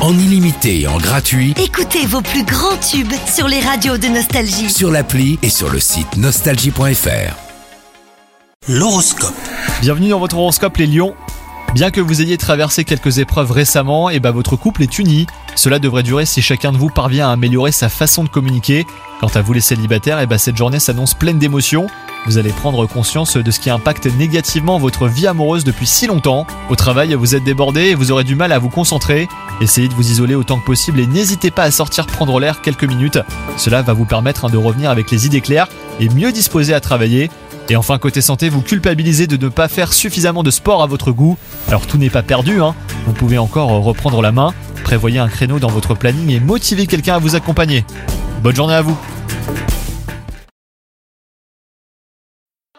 en illimité et en gratuit Écoutez vos plus grands tubes sur les radios de Nostalgie. sur l'appli et sur le site nostalgie.fr. L'horoscope. Bienvenue dans votre horoscope les lions. Bien que vous ayez traversé quelques épreuves récemment, et ben votre couple est uni. Cela devrait durer si chacun de vous parvient à améliorer sa façon de communiquer. Quant à vous les célibataires, et ben cette journée s'annonce pleine d'émotions. Vous allez prendre conscience de ce qui impacte négativement votre vie amoureuse depuis si longtemps. Au travail, vous êtes débordé et vous aurez du mal à vous concentrer. Essayez de vous isoler autant que possible et n'hésitez pas à sortir prendre l'air quelques minutes. Cela va vous permettre hein, de revenir avec les idées claires et mieux disposé à travailler. Et enfin, côté santé, vous culpabilisez de ne pas faire suffisamment de sport à votre goût. Alors tout n'est pas perdu, hein. vous pouvez encore euh, reprendre la main, prévoyez un créneau dans votre planning et motivez quelqu'un à vous accompagner. Bonne journée à vous